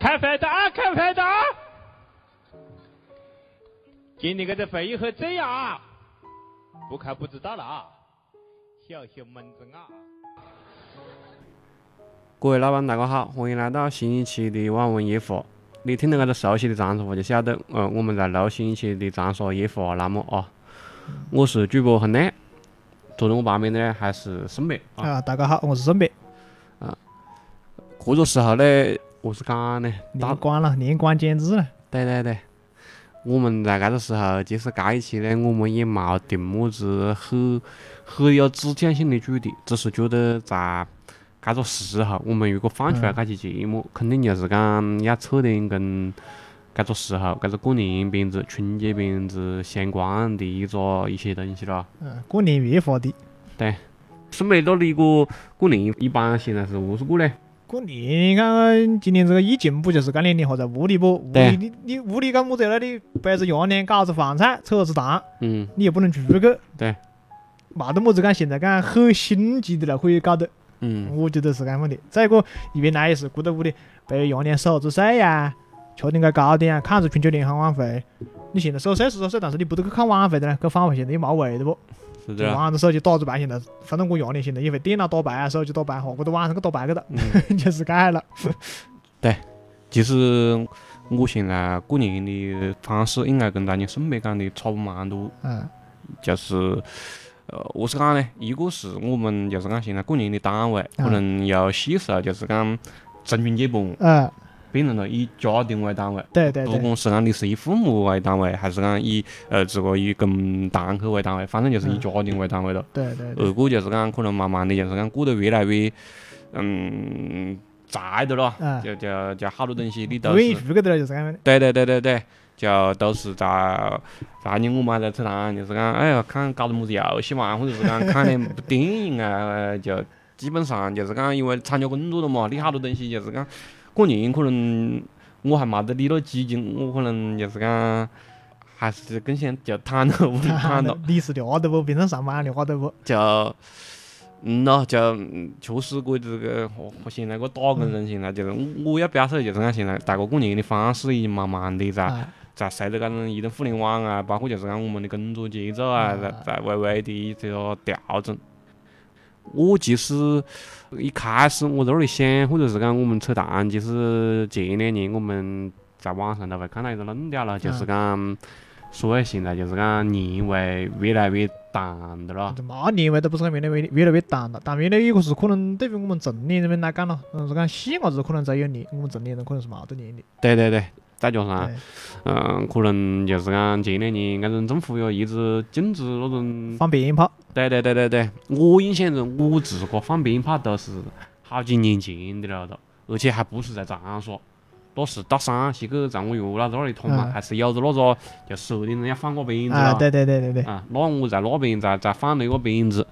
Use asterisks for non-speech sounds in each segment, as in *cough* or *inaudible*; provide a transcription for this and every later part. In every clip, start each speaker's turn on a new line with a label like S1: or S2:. S1: 开饭的啊，开饭的啊！今天这个饭以后这样啊，不看不知道了啊，小小蚊子啊。
S2: 各位老板，大家好，欢迎来到新一期的网文夜话。你听到这个熟悉的长沙话，就晓得，呃，我们在录新一期的长沙夜话栏目啊。我是主播恒亮，坐在我旁边呢还是沈北啊。
S3: 啊，大家好，我是沈北。
S2: 这个时候呢，我是讲呢，大
S3: 年关了，年关将至了，
S2: 对对对，我们在这个时候，其实这一期呢，我们也没定么子很很有指向性的主题，只是觉得在这个时候，我们如果放出来这期节目，肯定就是讲要扯点跟这个时候、这个过年边子、春节边子相关的一个一些东西咯。
S3: 嗯，过年越发的。
S2: 顺便，那你个过年一般现在是何是过呢？
S3: 过年，看今年这个疫情不就是讲呢？你还在屋里不？屋
S2: 对
S3: 里你你屋里干么子了？你摆着鸭脸，搞着饭菜，扯下子糖，
S2: 嗯，
S3: 你又不能出去。
S2: 对。
S3: 没得么子讲，现在讲很新奇的了，可以搞得，
S2: 嗯，
S3: 我觉得是这样问题。再一个，原来也是顾到屋里摆鸭脸守着睡呀，吃点个糕点啊，看着春秋联欢晚会。你现在守岁是守岁，但是你不得去看晚会的呢？去晚会现在又没味的不？
S2: 是
S3: 就
S2: 的啊。
S3: 玩着手机打着牌，现在反正我伢娘现在也会电脑打牌啊，手机打牌哈，我都晚上去打牌去了，
S2: 嗯
S3: *laughs* 就是这样了。
S2: 其实我现在过年的方式应该跟当年顺便讲的差不蛮多，
S3: 嗯
S2: 就是呃，我是讲呢，一个是我们就是讲现在过年的单位可
S3: 啊
S2: 能由细时候啊就是讲成群结伴，
S3: 嗯，
S2: 变成了以家庭为单位。
S3: 对对
S2: 不
S3: 对，
S2: 管是讲你是以父母为单位，还是讲以呃这个以跟堂客为单位，反正就是以
S3: 嗯
S2: 家庭为单位了。
S3: 对对对，
S2: 二个就是讲可能慢慢的就是讲过得越来越嗯宅的咯，
S3: 嗯，
S2: 就就就好多东西你
S3: 不
S2: 都
S3: 愿意
S2: 是
S3: 出去的了，就是
S2: *laughs*
S3: 这样的。
S2: 对对对对对，就都是在昨天我们还在吃糖，就是讲哎呀看搞点么子游戏嘛，或者是讲看点部电影啊，就基本上就是讲因为参加工作了嘛，你好多东西就是讲过年可能我还没得你那激情，我可能就是讲。还是更想就躺到屋里躺到，
S3: 你是聊的不？平常上班聊的不？
S2: 就，嗯咯，就嗯确实我这个我我现在我打工人现在就是我我要表示的就是讲现在大家过年的方式已经慢慢的在
S3: 啊，
S2: 在随着搿种移动互联网啊，包括就是讲我们的工作节奏啊，在
S3: 啊
S2: 在微微的这个调整。我其实一开始我在那里想，或者是讲我们扯淡，其实前两年我们在网上都会看到一个论调了，就是讲说现在就是讲年味越来越淡的了。
S3: 这啊没年味都不是讲原来越越来越淡了，但原来有个是可能对于我们成年人们来讲咯，嗯，是讲细伢子可能才有年，我们成年人可能是没得年的。
S2: 对对对，再加上
S3: 对，
S2: 嗯、可能就是讲前两年搿种政府哟一直禁止那种
S3: 放鞭炮，
S2: 对对对对对，我印象中我自个放鞭炮都是好几年前的了的，而且还不是在长沙，那是到山西去，在我爷老子那里通嘛，
S3: 嗯
S2: 还是有的那个就手里人要放个鞭子
S3: 啊，
S2: 啦
S3: 对对对对对，
S2: 啊，那我在那边才才放了一个鞭子，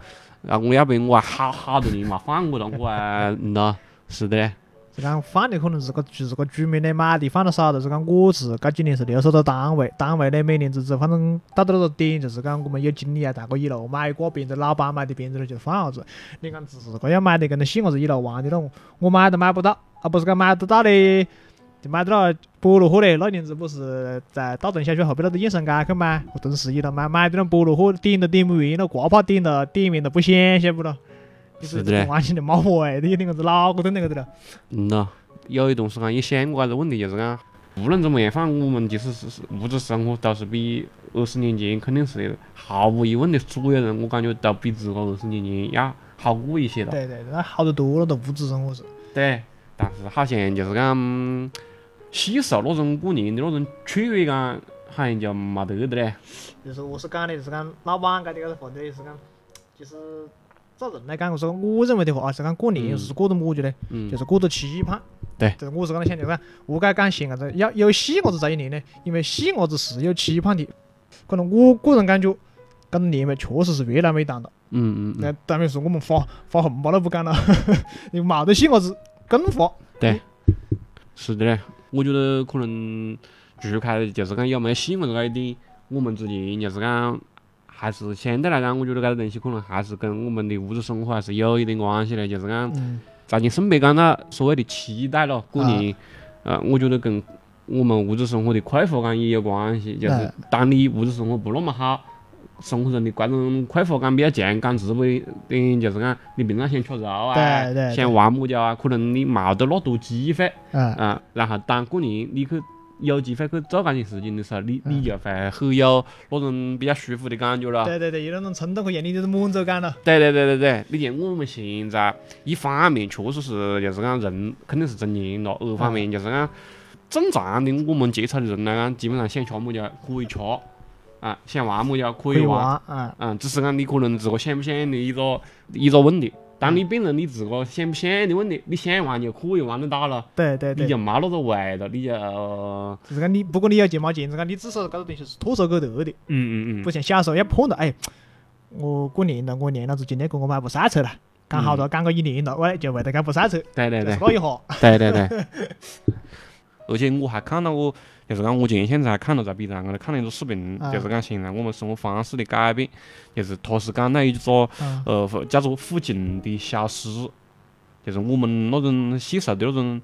S2: 啊，我要不然我还好好多年没放过了，我还嗯咯，是的，
S3: 是讲放的可能是个就是个居民的买的，放的少的。是讲我是搿几年是留守到单位，单位呢每年子只反正到到那个点，就是讲我们有精力啊，大家一路买一挂鞭子，老板买的鞭子了就放下子。你讲自个要买的跟那细伢子一路玩的那种，我买都买不到，啊不是讲买得到的，就买得到菠萝货嘞。那年子不是在稻城小学后边那个燕山街去买，我同时一路买买的那种菠萝货，点都点不完了，挂炮点了点完都不响，晓不咯？就是
S2: 是的
S3: 完全就没味的，有点个子脑壳疼那个的了。
S2: 嗯咯，有一段时间也想过这个问题，就是讲，无论怎么样，反正我们其实是是物质生活都是比二十年前肯定是毫无疑问的，所有人我感觉都比自个二十年前要好过一些了。
S3: 对对，对那好得多了，都物质生活是。
S2: 对，但是好像就是讲，嗯细时候那种过年的那种雀跃感，好像就没得的嘞。
S3: 就是我是讲的，就是讲老板家的个话，就是讲，就是照人来讲，我说我认为的话啊，是讲过年
S2: 嗯
S3: 是过得么子呢？
S2: 嗯
S3: 就，是过得期盼。
S2: 对
S3: 就是我是讲的，想就是讲，我该讲先个子，要有细伢子在一年呢，因为细伢子是有期盼的。可能我个人感觉，搿年味确实是越来越淡了。
S2: 嗯嗯
S3: 那
S2: 嗯，
S3: 当然是我们发发红包都不讲了， *laughs* 你冇得细伢子更发。
S2: 是的嘞。我觉得可能除开就是讲有没有细伢子这一点，我们之前就是讲还是相对来讲，我觉得这个东西可能还是跟我们的物质生活还是有一点关系的，就是讲。
S3: 嗯，
S2: 咱就顺便讲到所谓的期待咯，过年，
S3: 啊
S2: 呃，我觉得跟我们物质生活的快活感也有关系。就是
S3: 哎
S2: 当你物质生活不那么好，生活中的那种快活感比较强，感自为点就是讲你平常想吃肉啊
S3: 对对，对
S2: 想玩母胶啊，可能你冇得那多机会
S3: 啊，
S2: 啊、然后当过年你去有机会去做这件事情的时候，你你就会很有那种比较舒服的感觉了。
S3: 嗯对对对，有那种冲动和眼里就是满足感了。
S2: 对对对对对，你像我们现在，一方面确实是就是讲人肯定是中年了，二方
S3: 嗯
S2: 面就是讲正常的我们接触的人来讲，基本上想吃么家可以吃，啊，想玩么家可
S3: 可以
S2: 玩，
S3: 玩啊，
S2: 嗯，只是讲你可能自个想不想的一个一个问题。当你变成你自个想不想的问题，你想玩就可以玩得到了，
S3: 对对
S2: 你
S3: 对
S2: 就，没那个味了，你就呃
S3: 就是讲你不管你有钱没钱，是讲你至少搿个东西是唾手可得的，
S2: 嗯嗯
S3: 不
S2: 嗯，
S3: 像小时候要碰到哎，我过年了，我娘老子今天给我买部赛车了，刚好了，赶个一年了，喂，就为了搿部赛车，
S2: 对嗯对
S3: 就是
S2: 对。
S3: 搞一下，
S2: 对对对。 *laughs* 而且我还看到我，就是讲我前现在看到在 B 站高头看了一个视频，
S3: 啊
S2: 就是讲现在我们生活方式的改变，就是他是讲到一个
S3: 嗯
S2: 呃叫做附近的消失，就是我们那种细时候的那种，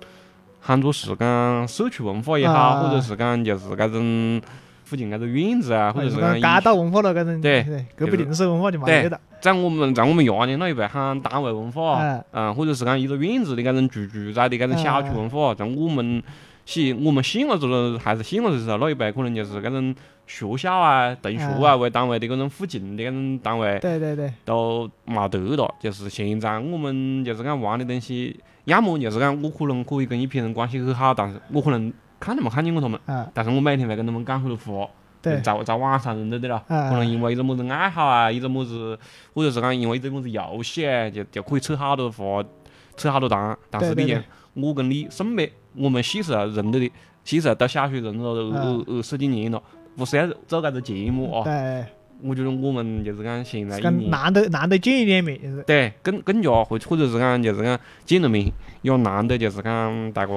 S2: 喊作是讲社区文化也好，
S3: 啊
S2: 或者是讲就是搿种附近搿种院子啊，或者是
S3: 讲
S2: 讲
S3: 街道哎文化了，搿种
S2: 对
S3: 隔壁邻舍文化就没
S2: 对
S3: 得了，
S2: 在我们在我们伢娘那一辈喊单位文化，
S3: 哎
S2: 嗯，或者是讲一个院子的搿种住住宅的搿种小区文化，像我们细我们细伢子了还是细伢子的时候，那一辈可能就是搿种学校啊、大学啊
S3: 哎
S2: 为单位的搿种附近的搿种单位
S3: 对对对，
S2: 都冇得了。就是现在我们就是讲玩的东西，要么就是讲我可能可以跟一批人关系很好，但是我可能看都没看见过他们，
S3: 啊
S2: 但是我每天会跟他们讲很多话。
S3: 对，
S2: 在在网上认得的了，
S3: 啊
S2: 可能因为一个么子爱好啊，一个么子，或者是讲因为一个么子游戏啊，就就可以扯好多话，扯好多谈。但是
S3: 对
S2: 你
S3: 对
S2: 像我跟你身边，我们细时候认得的，细时候到小学认得了二
S3: 啊
S2: 二二十几年了，不是要做搿个节目啊？
S3: 对，
S2: 我觉得我们就是讲现在
S3: 是
S2: 一
S3: 讲
S2: 年，
S3: 难得难得见一点面，就是
S2: 对，更更加或或者是讲就是讲见了面，也难得就是讲大家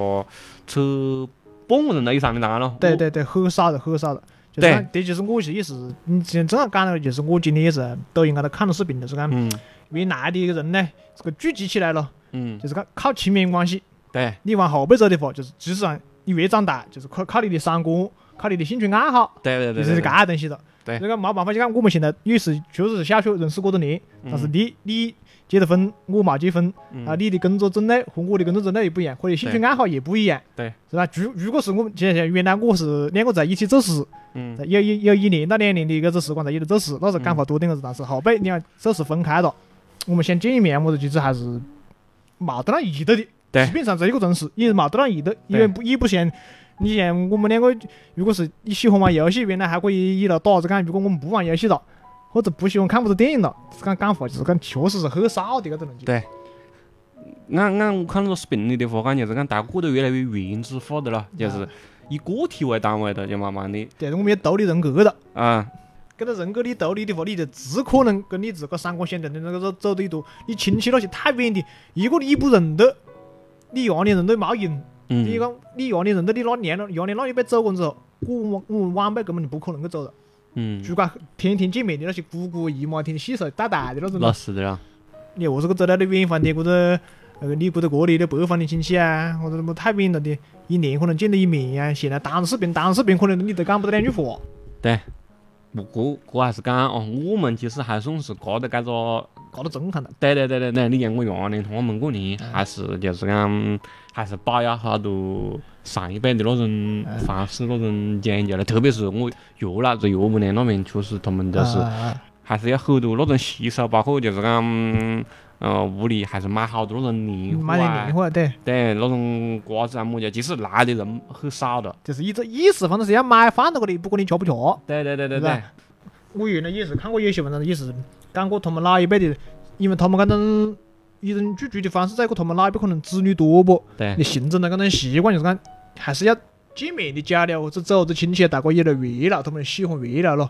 S2: 扯半个人到以上的谈了。
S3: 对
S2: 我，
S3: 对对，很少的，很少的。就是
S2: 对
S3: 讲，这就是我是意思。你像正好讲了，就是我今天也是抖音高头看了视频，就是讲
S2: 嗯
S3: 原来的人呢，这个聚集起来了，
S2: 嗯，
S3: 就是讲靠亲缘关系。
S2: 对
S3: 你往后辈走的话，就是即使上你越长大，就是靠靠你的三观，靠你的兴趣爱好，
S2: 对对
S3: 就
S2: 对，
S3: 是
S2: 对
S3: 搿，个啊东西了。
S2: 对
S3: 那个没办法，就讲我们现在也是确实是小学认识过多年，但是
S2: 嗯
S3: 你你结了婚，我没结婚，
S2: 嗯
S3: 啊，你的工作种类和我的工作种类也不一样，或者兴趣
S2: 对
S3: 爱好也不一样，
S2: 对，
S3: 是吧？如如果是我们现在原来我是两个在一起做事，
S2: 嗯
S3: 在有有有一年到两年的一个这时光在一起做事，那是
S2: 嗯
S3: 干法多点个子，但是后背你看这是分开了，我们想见一面么子，其实还是冇得那易得的。
S2: 对
S3: 即便上在一个城市，也是冇得那易得，因为不也不像你像我们两个，如果是你喜欢玩游戏，原来还可以一路打着干。如果我们不玩游戏了，或者不喜欢看么子电影了，是讲干法就是讲确实是很少的搿种东西。
S2: 对俺俺我看那个视频里的话，讲就是讲大家过得越来越原子化的了，就是以个体为单位的，就慢慢的
S3: 但是我们要独立人格了。
S2: 啊，
S3: 搿个人格你独立的话，你就只可能跟你自个三观相同的那个走走得多。你亲戚那些太远的，一个你不认得，你爷娘认得没用。
S2: 嗯，
S3: 你讲你爷娘认得你那年了，爷娘那一辈走光之后，我我们晚辈根本就不可能去走了。
S2: 嗯，
S3: 主管天天见面的那些姑姑姨妈，天天细手大大的那种，
S2: 老实的啦，
S3: 你何是个走到你远方的或者呃你或者国里的北方的亲戚啊，或者什么太远了的，一年可能见得一面啊呀、现在打视频打视频，可能你都讲不得两句话。
S2: 不过我还是讲哦，我们其实还算是过得搿个，
S3: 搞得震撼了，
S2: 对对对对对，你像我爷娘他们过年还是就是讲还是保有好多上一辈的那种
S3: 嗯
S2: 方式那种讲究的，特别是我岳老子岳母娘那边，确实他们都是
S3: 啊啊啊
S2: 还是要很多那种习俗，包括就是讲，嗯呃，屋里还是买好多那种年货
S3: 买点年
S2: 啊，
S3: 货，对，
S2: 对，那种瓜子啊么家，其实来的人很少的。
S3: 就是一直意思，反正是要买放到这里，不管你吃不吃。
S2: 对对对对
S3: 是吧
S2: 对，
S3: 我原来也是看过有些文章，也是讲过他们老一辈的，因为他们搿种一种聚居的方式，再一个他们老一辈可能子女多不，
S2: 对
S3: 你形成了搿种习惯，就是讲还是要见面的交流，这走这亲戚，大家越来越热闹，他们喜欢热闹咯。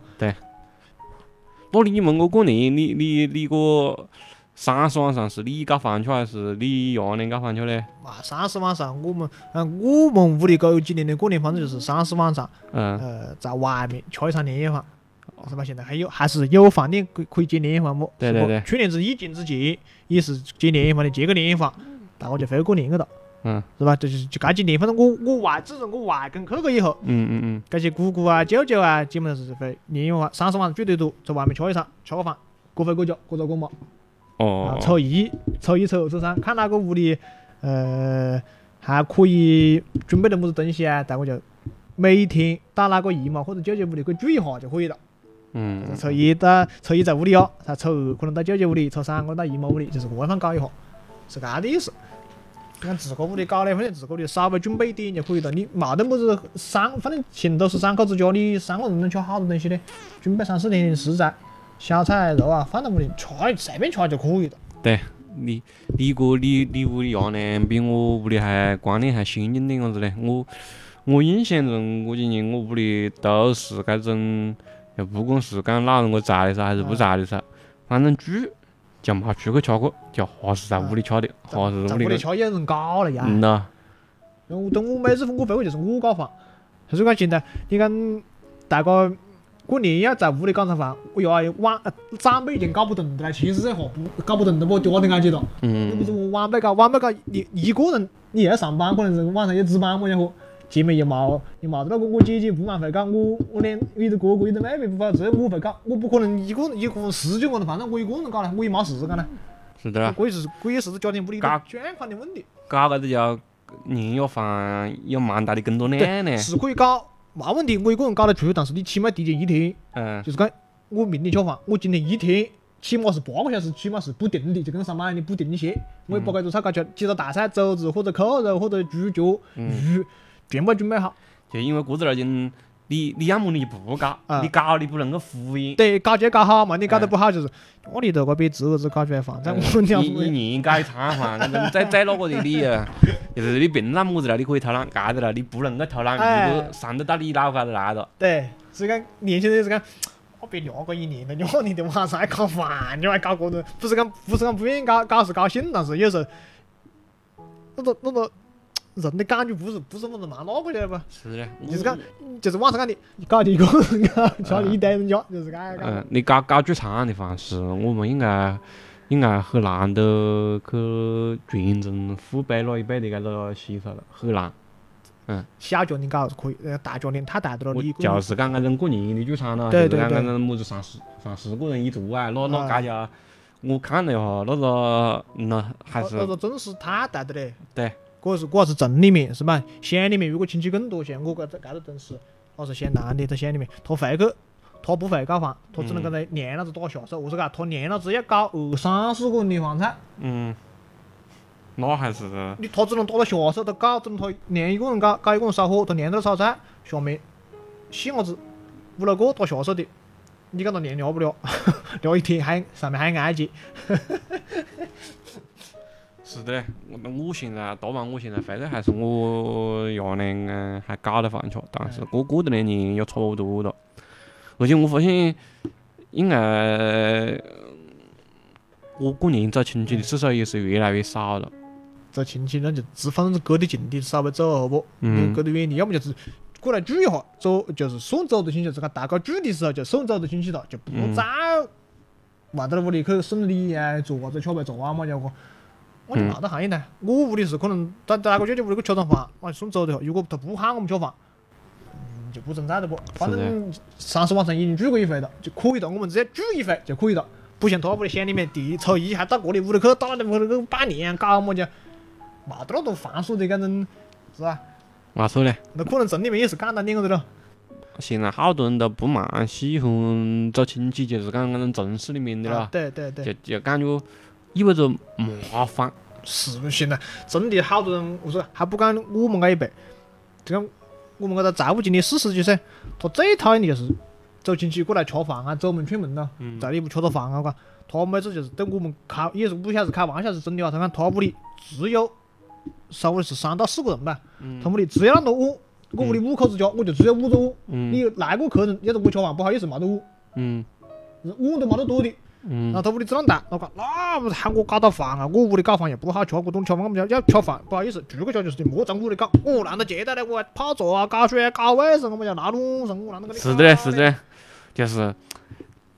S2: 那你们个过年，你你你个三十晚上是你搞饭吃还是你爷娘搞饭吃嘞？
S3: 啊，三十晚上我们，嗯，我们屋里搿几年的过年，反正就是三十晚上，
S2: 嗯，
S3: 呃，在外面吃一场年夜饭，是吧？现在还有还是有饭店可以可以接年夜饭么？
S2: 对
S3: 是不
S2: 对对
S3: 去年子疫情之前也是接年夜饭的，接个年夜饭，但我就回过年去了。
S2: 嗯，
S3: 是吧？就是就搿几年，反正我我外自从我外公去过以后，
S2: 嗯嗯嗯，
S3: 搿些姑姑啊、舅舅啊，基本上是会年夜饭、三十晚上最最多在外面吃一餐，吃个饭，各回各家，各找各妈，然
S2: 哦
S3: 后，初啊一、初一、初二、初三，看哪个屋里呃还可以准备点么子东西啊，大家就每天到哪个姨妈或者舅舅屋里去住一下就可以了。
S2: 嗯，嗯
S3: 初一到初一在屋里哦，他初二可能到舅舅屋里，初三可能到姨妈屋里，就是各方搞一下，是搿个意思。你看自个屋里搞呢，反正自个屋里稍微准备一点就可以了。你冇得么子三，反正现在都是三口之家，你三个人能吃好多东西呢？准备三四天的食材，小菜肉啊，放到屋里吃，随便吃就可以了。
S2: 你你哥你你屋里伢呢，比我屋里还观念还先进点样子嘞。我我印象中我几年我屋里都是搿种，也不管是讲老人家在的噻，还是不在的噻，反正住就没出去吃过，就还是在屋里吃的，
S3: 在
S2: 还是嗯屋
S3: 在屋里
S2: 里
S3: 吃有人搞了呀。
S2: 嗯呐，
S3: 然后等我每次我回去就是我搞饭，所以讲现在你看大家过年要在屋里搞上饭，哎呀，晚呃长辈已经搞不动的了，其实这话不搞不动的，我对我的眼睛了。你不是
S2: 嗯，
S3: 我晚辈搞，晚辈搞，你一个人你也要上班，可能是晚上要值班么家伙，前面又冇又冇得那个我姐姐不蛮会搞，我我两一个哥哥一个妹妹不搞，这我会搞，我不可能一个人一个人十几个人饭，那我一个人搞呢，我也冇时间呢。
S2: 是的啦。
S3: 这也是这也是家庭屋里
S2: 搞
S3: 的状况的问题。
S2: 搞搿个叫年夜饭有蛮大的工作量呢。
S3: 是可以搞，没问题，我一个人搞得出，但是你起码提前一天，
S2: 嗯
S3: 就是讲我明天吃饭，我今天一天起码是八个小时，起码是不停的，就跟上班一样的不停的歇。我也把搿种菜搞出来，几道大菜、肘子或者扣肉或者猪脚、
S2: 嗯，
S3: 鱼，全部准备好。
S2: 就因为搿个事情，你你要么你就不搞，
S3: 啊
S2: 你搞你不能够敷衍。
S3: 对，搞就搞好嘛，你搞得不好就是我里头搿边侄儿子搞出来饭，在我娘
S2: 一一年搞一餐
S3: *laughs*
S2: 饭，搿种再再哪个的你啊，就是你平常么子了，你可以偷懒，搿个了你不能够偷懒，
S3: 哎
S2: 如果上得到你脑壳头来了，
S3: 对，所以讲年轻人是讲，我哦别聊过一年了，聊你的晚上还搞饭，你还搞这种，不是讲不是讲不愿意搞，搞是高兴，但是有时候，那个那个人的感觉不是不是那么蛮那个的吧，
S2: 是的，
S3: 就是讲就是晚上讲你你搞你一个人搞，家里一堆人家，就是讲
S2: 嗯，你搞搞聚餐的方式，我们应该应该很难得去传承父辈那一辈的搿个习俗了，很难。
S3: 小家庭搞是可以，呃大家庭太大了，
S2: 我
S3: 你一个人
S2: 就是讲搿种过年的聚餐咯，就
S3: 对
S2: 是讲
S3: 对
S2: 搿
S3: 对
S2: 种么子三十三十个人一桌啊，那那
S3: 啊
S2: 家家我看了一下，那个那还是
S3: 哦那个真是太大的嘞。
S2: 对。
S3: 这是这是城里面是吧？乡里面如果亲戚更多些，像我搿搿个同事，他是乡南的，在乡里面，他回去，他不会搞饭，他
S2: 嗯
S3: 只能跟他娘老子打下手。我说讲，他娘老子要搞二三十个人的饭菜，
S2: 嗯，那还是
S3: 你他只能打到下手，他搞只能他娘一个人搞搞一个人烧火，他娘在烧菜，下面细伢子五六个打下手的，你讲他娘聊不聊？ *laughs* 聊一天还上面还挨起，
S2: 是的嘞。我我现在当然我现在回去还是我爷娘啊还搞得饭吃，但是
S3: 嗯
S2: 我过的两年也差不多了。而且我发现，应该我过年找亲戚
S3: 嗯
S2: 的次数也是越来越少了。
S3: 这亲戚那就只反正是隔得近的稍微走好不？
S2: 嗯
S3: 隔得远的，要么就是过来住一下，走就是送走的亲戚，就是讲大家住的时候就送走的亲戚了，就不
S2: 嗯
S3: 再往到屋里去送礼啊、做啥子吃白茶啊嘛，家伙。我就
S2: 嗯
S3: 冇得行业呢，我屋里是可能到到哪个舅舅屋里去吃顿饭，我哎送走的话，如果他不喊我们吃饭，嗯，就不存在的不。反正三十晚上已经住过一回了，就可以了，我们直接住一回就可以了。不像他屋里乡里面第一初一还到我里屋里去，到那屋里去拜年搞么家，冇得那种繁琐的搿种，是吧？
S2: 没错嘞，
S3: 那可能城里面也是简单点个子咯。
S2: 现在好多人都不蛮喜欢找亲戚，就是讲那种城市里面的
S3: 啊
S2: 啦，
S3: 对对对
S2: 就，就感觉意味着麻烦。
S3: 是现在真的好多人，我说还不讲我们这一辈，就讲我们搿个财务经理四十几岁，他最讨厌的就是走亲戚过来吃饭啊，走门串门咯、
S2: 嗯
S3: 在你不吃到饭啊，嘎，他每次就是对我们开，也是我晓得是开玩笑是真的啊。他讲他屋里只有稍微是三到四个人吧，
S2: 嗯
S3: 他屋里只有那么多屋，我屋里五口之家，我就只有五个屋。
S2: 嗯
S3: 你来个客人要是我吃饭不好意思，没得屋，
S2: 嗯
S3: 屋都没得多的。
S2: 嗯
S3: 然后他屋里这样大，我讲那不喊我搞到饭啊，我屋里搞饭也不好吃，我懂吃饭我们要要吃饭，不好意思，住个家就是的，莫在屋里搞，我难道接待嘞？我还泡茶啊、搞水啊、搞卫生，我们要拿东西，我难道跟你
S2: 是的嘞，
S3: 搞
S2: 是
S3: 嘞
S2: 的，嘞，就是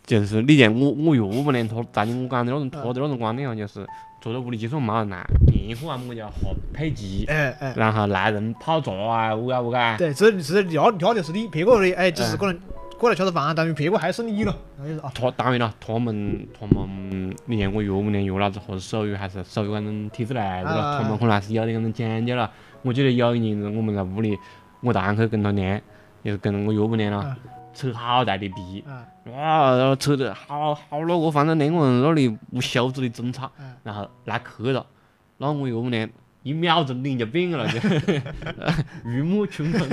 S2: 就是，你像我我岳母娘她，咱我讲的那种她的那种观念啊，就是坐到屋里去送毛拿，棉花啊么个叫好配
S3: *laughs*
S2: 齐，
S3: 哎哎，
S2: 然后来人泡茶啊，乌啊乌啊，
S3: 对，只是只是要要的是你，别个而已，哎，只是可能过来吃个饭，但是别个还是你了，然后就是啊，
S2: 他当然了，他们他们你像我岳母娘岳老子还是属于还是属于那种体制内的
S3: 啊啊
S2: 了，
S3: 啊
S2: 他们可能还是有点那种讲究了。我记得有一年子我们在屋里，我堂客跟他娘，也是跟我岳母娘了
S3: 啊，
S2: 扯好大的皮，
S3: 啊
S2: 哇，然后扯得好好那个，反正两个人那里无休止的争吵
S3: 啊，
S2: 然后来客了，那我岳母娘。一秒钟脸就变了，就 *laughs* 鱼目群分，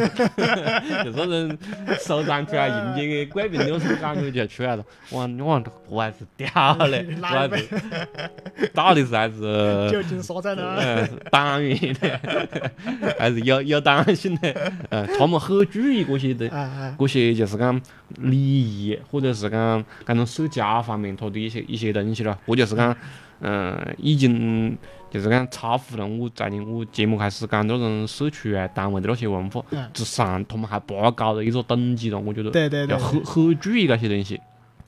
S2: 就 *laughs* 这种手掌出来迎接个贵宾那种感觉就出来了。哇，你往我还是屌嘞，嗯我
S3: *laughs* 拉一
S2: 还
S3: 杯
S2: 是到底是还
S3: *laughs* 酒
S2: 是
S3: 精杀在那儿，
S2: 呃党员的， *laughs* 还是有有党性的。呃，他们很注意这些的，
S3: 啊啊，
S2: 这些就是讲礼仪或者是讲讲种社交方面他的一些一些东西了，或者是讲，嗯、已经就是讲超乎了我在你我节目开始讲那种社区啊单位的那些文化
S3: 嗯
S2: 之上，他们还拔高了一个等级了，我觉得
S3: 对对对
S2: 要，很很注意这些东西。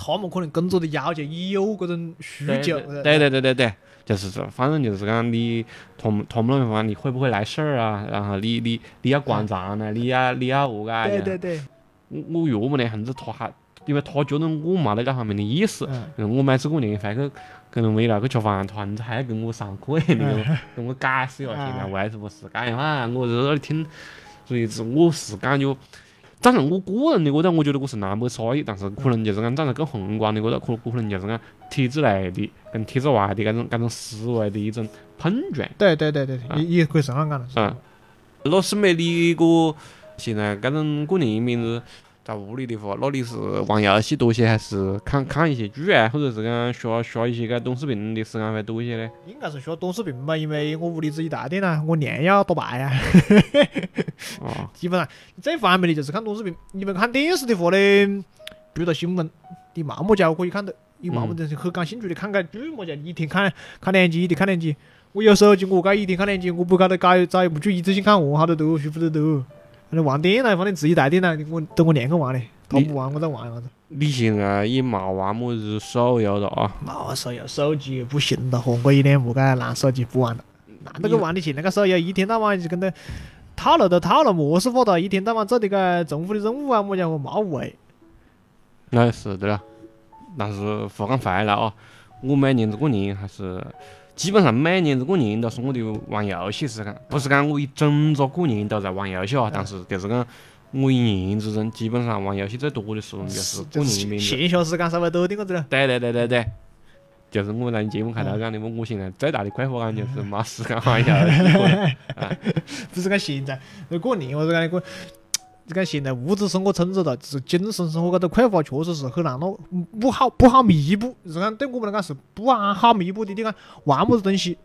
S3: 他们可能工作的要求也有这种需
S2: 对
S3: 求，
S2: 对对对对对，就是这，反正就是讲你他们他们那边方，你会不会来事儿啊？然后你你你要观察呢，你要你要啊何个？
S3: 嗯哎对对对，
S2: 我我岳母呢，横子他还，因为他觉得我没得这方面的意思。
S3: 嗯
S2: 嗯我每次过年回去跟人们一道去吃饭，他横子还要跟我上课，你跟我跟我解释一下现在为什么是这样啊？我在这里听，所以是我是感觉。站在我个人的角度，我觉得我是南北差异，但是可能就是讲站在更宏观的角度，可可能就是讲体制内的跟体制外的这种这种思维的一种碰撞。
S3: 对对对对，也也可以这样讲了，
S2: 啊，老师妹，你个现在搿种过年面子在屋里的话，那你是玩游戏多些，还是看看一些剧啊，或者是讲刷刷一些搿短视频的时间会多一些呢？
S3: 应该是学短视频吧，因为我屋里只一台电脑，我娘要打牌呀，
S2: 哦，
S3: *laughs* 基本上这方面的就是看短视频。你们看电视的话呢，比如说新闻，你毛么家伙可以看到，有毛么就是很感兴趣的看个剧么家，一天看看两集，一天看两集。我有手机，我搞一天看两集，我不搞得搞找一部剧一次性看完，好得多，舒服得多。反正玩电脑，反正只一台电脑，我等我娘去玩嘞，她
S2: 你
S3: 不玩我再玩啥子。
S2: 你现在也冇玩么子手游了啊？
S3: 冇手游手机不行了，混过一年不个烂手机不玩了。男的个玩得起那个手游，一天到晚就跟那套路都套路模式化了，一天到晚做这个重复的任务啊，么家伙冇味。
S2: 那是的了，但是话讲回来啊，我每年子过年还是基本上每年子过年都是我的玩游戏时间，不是讲我一整个过年都在玩游戏啊，但是就是讲我一年之中基本上玩游戏最多的时候就是过年面子。
S3: 闲暇时间稍微多点个子了。
S2: 对对对对对，就是我在节目开头讲的，我我现在最大的快活感就是没时间玩游戏了。
S3: 不是讲现在，过年我是讲过，这个现在物质生活充足了，是精神生活高头匮乏，确实是很难弄，不好不好弥补。是讲对我们来讲是不安好弥补的。你看玩么子东西，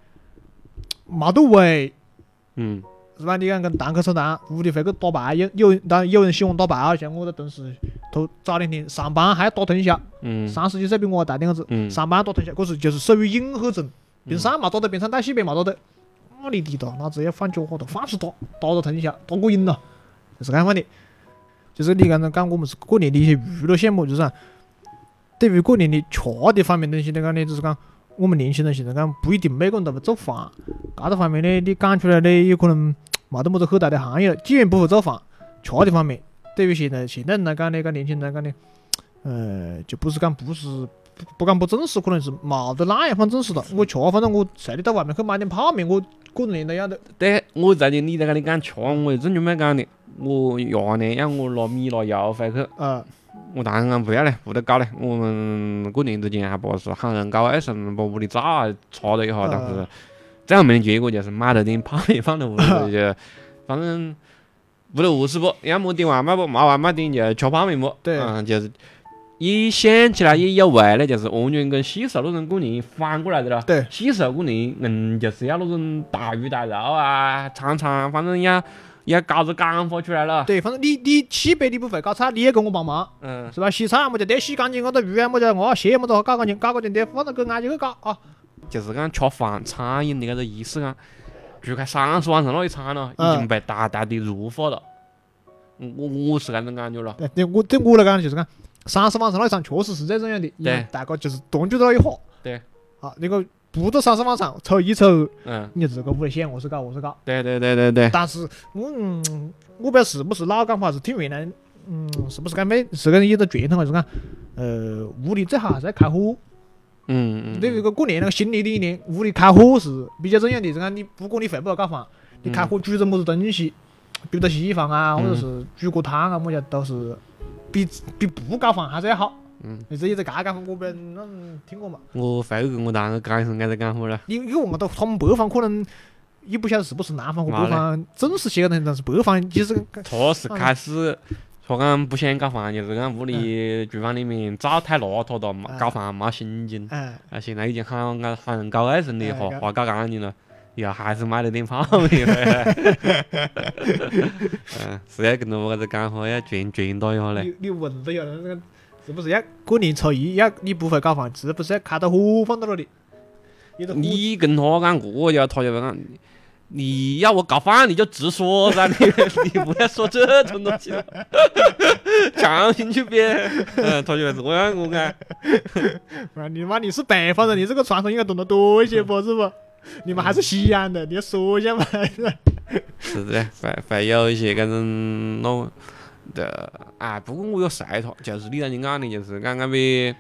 S3: 冇得味。
S2: *laughs* 嗯，
S3: 是吧？你看跟堂客扯谈，屋里会去打牌，有有当然有人喜欢打牌啊，像我这同事，头早两天上班还要打通宵，
S2: 嗯
S3: 三十几岁比我还大点个子，
S2: 嗯
S3: 上班打通宵，这是就是属于瘾喝症，平常没打得，平常带戏边没打得，我的滴哒，那只要放假哒，放肆打，打到通宵，打过瘾了，就是这样的。就是你刚才讲我们是过年的一些娱乐项目，就是、啊、对于过年的吃的方面东西来讲呢，就是讲我们年轻人现在讲不一定每个人都会做饭，搿个方面呢，你讲出来呢，有可能没得么子很大的行业了。既然不会做饭，吃的方面，对于现在现代人来讲呢，讲年轻人来讲呢，呃，就不是讲不是不不讲不重视，可能是冇得那样方重视了。我吃，反正我随便到外面去买点泡面，我过年都要得。
S2: 对，我在你你在跟你讲吃，我也正准备讲的，我爷呢让我拿米拿油回去，
S3: 呃，
S2: 我当然不要嘞，不得搞嘞。我们过年之前还不是喊人搞卫生，把屋里灶 *laughs* 啊擦了一下，但是
S3: 啊
S2: 最后面的结果就是买了点泡面放到屋里，
S3: *laughs*
S2: 就反正不得合适不，要么点外卖不，没外卖点就吃泡面不。
S3: 对
S2: 嗯，就是一想起来也有味嘞，就是完全跟细时候那种过年反过来的了。
S3: 对，
S2: 细时候过年，嗯，就是要那种大鱼大肉啊，餐餐反正要要搞着干法出来了。
S3: 对，反正你你起呗，你不会搞菜，你也跟我帮忙。
S2: 嗯，
S3: 是吧？洗菜么子得洗干净，我的鱼啊么子我蟹么子搞干净，搞干净得放到跟俺就去搞啊。
S2: 就是讲吃饭餐饮的搿个仪式感，除开上次晚上那一餐咯，已经被大大的弱化了。我我我是搿种感觉咯。
S3: 对，对我对我来讲就是讲，三十晚上那一场确实是这种样的，因为
S2: 对
S3: 大家就是团聚到那一伙。
S2: 对。
S3: 啊，那个不到三十万场，抽一抽，
S2: 嗯，
S3: 你这个五险我是搞，我是搞。
S2: 对对对对对，
S3: 但是我嗯，我不晓得是不是老讲法，是听原来嗯，是不是讲每是讲有个传统还是讲，呃，屋里最好还是要开火。
S2: 嗯嗯，
S3: 你如果过年那个新历的一年，屋里开火是比较重要的。是讲你不管你会不会搞饭，你开火煮着么子东西，比如说稀饭
S2: 嗯
S3: 啊，或者是煮个汤啊，么家都是比比不搞饭还是要好。
S2: 嗯，
S3: 你这也在嘎讲法，我不晓得那嗯听过嘛？
S2: 我回去跟我堂哥讲一声，该在干活了。
S3: 因因为我到他们北方可能也不晓得是不是南方和北方正式些个东西，但是北方其实
S2: 他是开始，他讲不想搞饭，就是讲屋里厨房里面灶太邋遢了，没
S3: 嗯
S2: 搞饭没心情。
S3: 哎，
S2: 啊，现在已经喊俺喊人搞卫生的，
S3: 哎
S2: 话
S3: 搞
S2: 话搞干净了，以后还是买了点泡面回来。 *laughs* 嗯，是要跟他们搿子讲话，要传传达一下嘞。
S3: 你你问得有那个是不是要过年初一要你不会搞饭，是不是要开到火放到那里？有的火
S2: 你跟他讲这呀，他就会讲。你要我搞饭，你就直说噻，你你不要说这种东西了， *laughs* 强行去编。 *laughs* 嗯，他就会这样我讲。
S3: 不然你妈你是北方人，你这个传统应该懂得多一些
S2: 嗯
S3: 不是不？你们还是西安的，你要说一
S2: *laughs*
S3: 下嘛。
S2: 是的，会会有一些搿种弄的，哎，不过我有晒他，就是你刚才讲的，就是讲俺们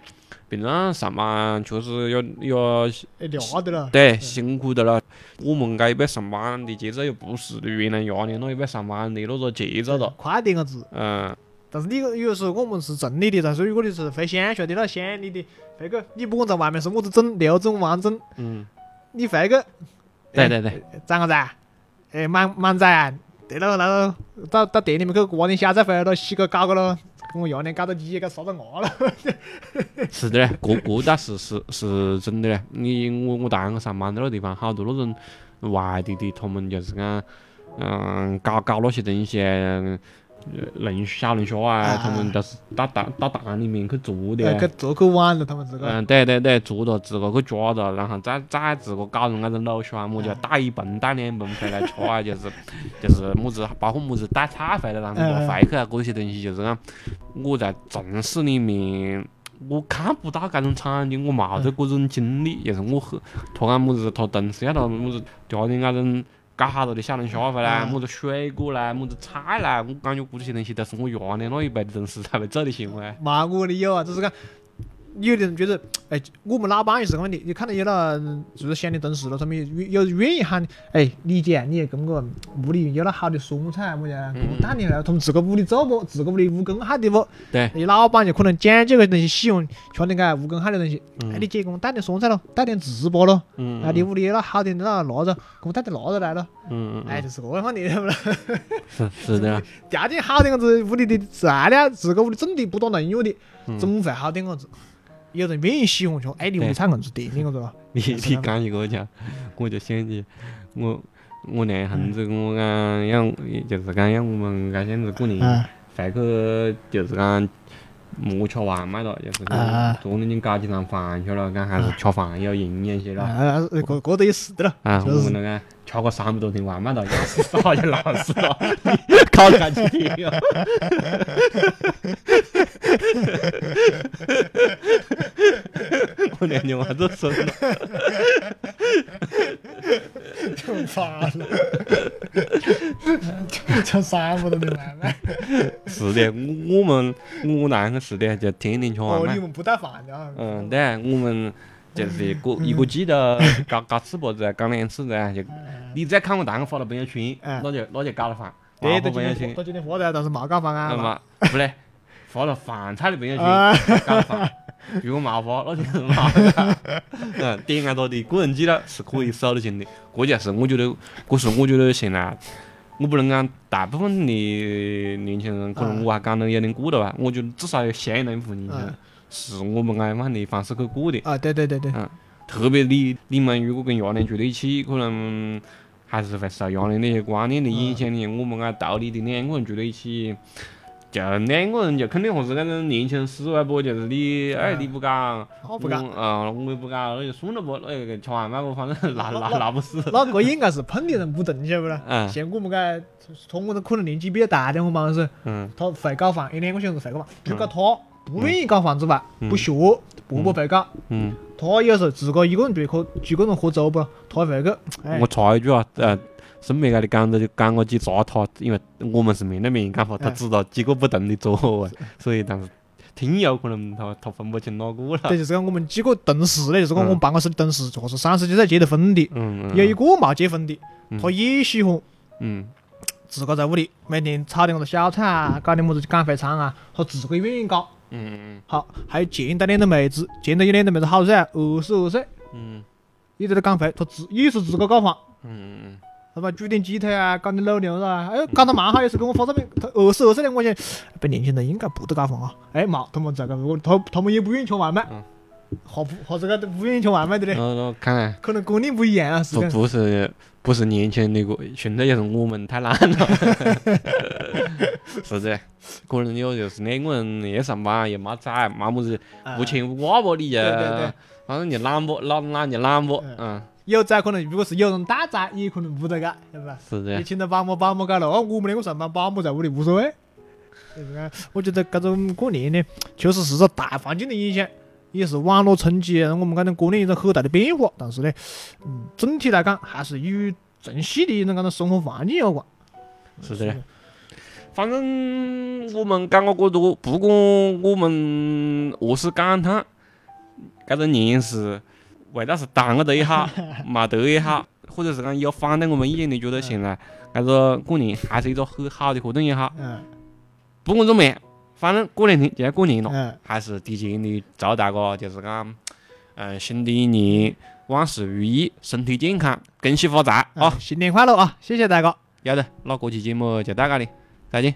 S2: 平常上班确实要要
S3: 哎，聊的了，
S2: 对辛苦的了。我们这一辈上班的节奏又不是原来伢年那一辈上班的那个节奏了，
S3: 快点个子。
S2: 嗯，
S3: 但是你有时候我们是城里的，但是如果你是回乡下的那乡里的，回去你不管在外面是么子镇、刘镇、王镇，
S2: 嗯，
S3: 你回去
S2: 对对对，
S3: 长个子，哎，满满仔啊，得了那个到到店里面去挖点虾再回来了，洗个搞个咯，跟我伢娘搞到鸡搞杀到鹅了。
S2: *laughs* 是的嘞，这这倒是是是真的嘞。你我我堂哥上班的那地方，好多那种外地的，他们就是讲，嗯，搞搞那些东西，呃龙虾龙虾啊，
S3: 啊
S2: 他们都是到塘到塘里面去做
S3: 哎，去
S2: 的。啊
S3: 做去晚了，他们自个。
S2: 嗯，对对对，做了自个去抓了，然后再再自个搞成那种卤虾么，就
S3: 啊
S2: 带一盆带两盆回来吃啊，就是就是么子，包括么子带菜回来，然后
S3: 嗯嗯
S2: 回去啊，这些东西就是讲，我在城市里面。我看不到搿种场景，我冇得搿种经历，就是我很，他讲么子，他同事要到么啊子家里那种搞好了的小龙虾回来，
S3: 嗯
S2: 么子水果啦，么子菜啦，我感觉搿些东西都是我爷娘那一辈的人士才会做的行为。
S3: 嘛，我的有啊，只是讲有的人觉得，哎，我们老板也是个问题。你看到有那就是乡里同事了，他们有有愿意喊你，哎，李姐，你也跟我屋里有那好的蔬菜么呀，
S2: 嗯
S3: 我带你来，他们自个屋里做不，自个屋里无公害的不？
S2: 对
S3: 你老板就可能讲这个东西喜欢吃点个无公害的东西。哎，你
S2: 嗯
S3: 姐给我带点蔬菜咯，带点糍粑咯，
S2: 嗯，
S3: 啊，你屋里有那好点那腊肉，给我带点腊肉来咯。
S2: 嗯嗯，
S3: 哎，就是这样的， *laughs*
S2: 是 *laughs* 是的，
S3: 条件好点个子，屋里的材料自个屋里种的不断能用的，
S2: 嗯
S3: 总会好点个子。有人愿意喜欢吃，哎，你屋里菜硬是点点个子吧？
S2: 你
S3: 是
S2: 你
S3: 的
S2: 讲起个
S3: *laughs*
S2: 讲，我就想起我我
S3: 嗯
S2: 娘横子跟我讲，让就是讲让我们搿现在过年
S3: 啊
S2: 回去就是讲莫吃外卖了，就是
S3: 啊
S2: 讲昨天已经搞几餐饭去了，讲还是吃饭有营养些
S3: 啊，
S2: 了。
S3: 啊各各都有事
S2: *laughs*
S3: 的了。
S2: 啊，
S3: 就
S2: 我
S3: 是
S2: 们那个吃个三百多天外卖了，要是 *laughs* 少就老实
S3: *laughs*
S2: 了，你搞干几天哟？我娘就话都说了。
S3: 烦 *laughs* 了，吃啥不都得外
S2: *laughs*
S3: 卖？
S2: 是的，我我们我那个是的，就天天吃外
S3: 哦，你
S2: 卖。
S3: 们不带饭的啊？
S2: 嗯，对，我们就是一个一个季
S3: *laughs*
S2: 头搞搞次吧子，搞两次子，就你只要看我堂哥发了朋友圈，
S3: 嗯
S2: 那就那就搞了饭，
S3: 对，
S2: 发
S3: 都今
S2: 朋友
S3: 天
S2: 圈
S3: 都，今天发的，但是冇搞饭
S2: 那
S3: 啊。
S2: 么不嘞，发了饭菜的朋友圈，
S3: 啊，
S2: 搞了饭。如果麻发，那就是麻烦。嗯，点按他的个人记录是可以收得进的，这就是我觉得，这是我觉得现在，我不能讲大部分的年轻人，可能我还讲得有点过了吧。我觉得至少有相当一部分年轻人
S3: 嗯
S2: 是我们按按的方式去过的。
S3: 啊，对对对对，
S2: 特别你你们如果跟伢娘住在一起，可能还是会受伢娘那些观念的影响的。我们按道理的两个人住在一起，就两个人就肯定还是那种年轻思维不，就是你哎
S3: 嗯
S2: 你不搞，
S3: 我不搞。
S2: 我啊我也不搞，那就算了不，那就吃外卖不，反正拿拿
S3: 那
S2: 拿不死。
S3: 那个应该是碰的人不同，晓得不啦？
S2: 嗯
S3: 像我们个，从我们可能年纪比较大的我们是，
S2: 嗯
S3: 他会搞饭，一两个小时会搞饭，就搞他，不愿意搞房子吧，不学，不不会搞。
S2: 嗯，
S3: 他有时候自个一个人别个几个人喝粥不，他会去，哎
S2: 我，插一句啊，呃，顺便给你讲的就讲我几渣他，因为我们是面对面讲话，他
S3: 哎
S2: 知道几个不同的桌位，所以但是听友可能他他分不清哪个了。
S3: 对，就是讲我们几个同事嘞，就是讲我们
S2: 嗯
S3: 办公室的同事，或是三十几岁结的婚的，
S2: 嗯，嗯
S3: 有一个没结婚的，
S2: 嗯
S3: 他也喜欢
S2: 嗯
S3: 自个在屋里每天炒点啥子小菜啊，搞点么子减肥餐啊，他自个愿意搞。
S2: 嗯
S3: 好，还见到两个妹子，见到有两个妹子好噻，二十二岁，
S2: 嗯
S3: 也在那减肥，他自也是自个搞饭，
S2: 嗯嗯
S3: 他妈煮点鸡腿啊，搞点卤牛肉啊，哎，搞得蛮好，有时给我发照片，他二十二岁的，我想，不年轻人应该不得搞饭啊，哎，冇，他们在个，我他他们也不愿意吃外卖
S2: 嗯，
S3: 好不好这个都不愿意吃外卖
S2: 嗯，
S3: 的嘞，
S2: 那那看来。
S3: 可能观念不一样啊，是
S2: 不
S3: 个，
S2: 不是不是年轻人的锅，现在就是我们 *laughs* 太懒了，是的，可能有就是两个人也上班也没崽，没么子
S3: 啊
S2: 无牵无挂吧，你就
S3: 对对对
S2: 反正你懒不懒懒就懒不，嗯，
S3: 有崽可能如果是有人带崽，也可能不得干，对吧？
S2: 是
S3: 你
S2: 的，
S3: 请到保姆，保姆搞了，哦，我们两个上班，保姆在屋里无所谓。就是讲我觉得搿种过年呢，确实是受大环境的影响，也是网络冲击，我们搿种观念一种很大的变化。但是呢，嗯，整体来讲还是与城市的一种搿种生活环境有关。
S2: 是的。反正我们讲了过多，不管我们何是感叹，搿个年是味道是淡了得也好，没得也好，或者是讲有反对我们意见的，觉得现在搿个过年还是一个很好的活动也好，
S3: 嗯
S2: 不管怎么样，反正过两天就要过年了，
S3: 嗯，
S2: 还是提前的祝大家就是讲，嗯，新的一年万事如意，身体健康，恭喜发财啊！
S3: 哎嗯好，新年快乐啊！谢谢大家。
S2: 要得，那这期节目就到这里，再见。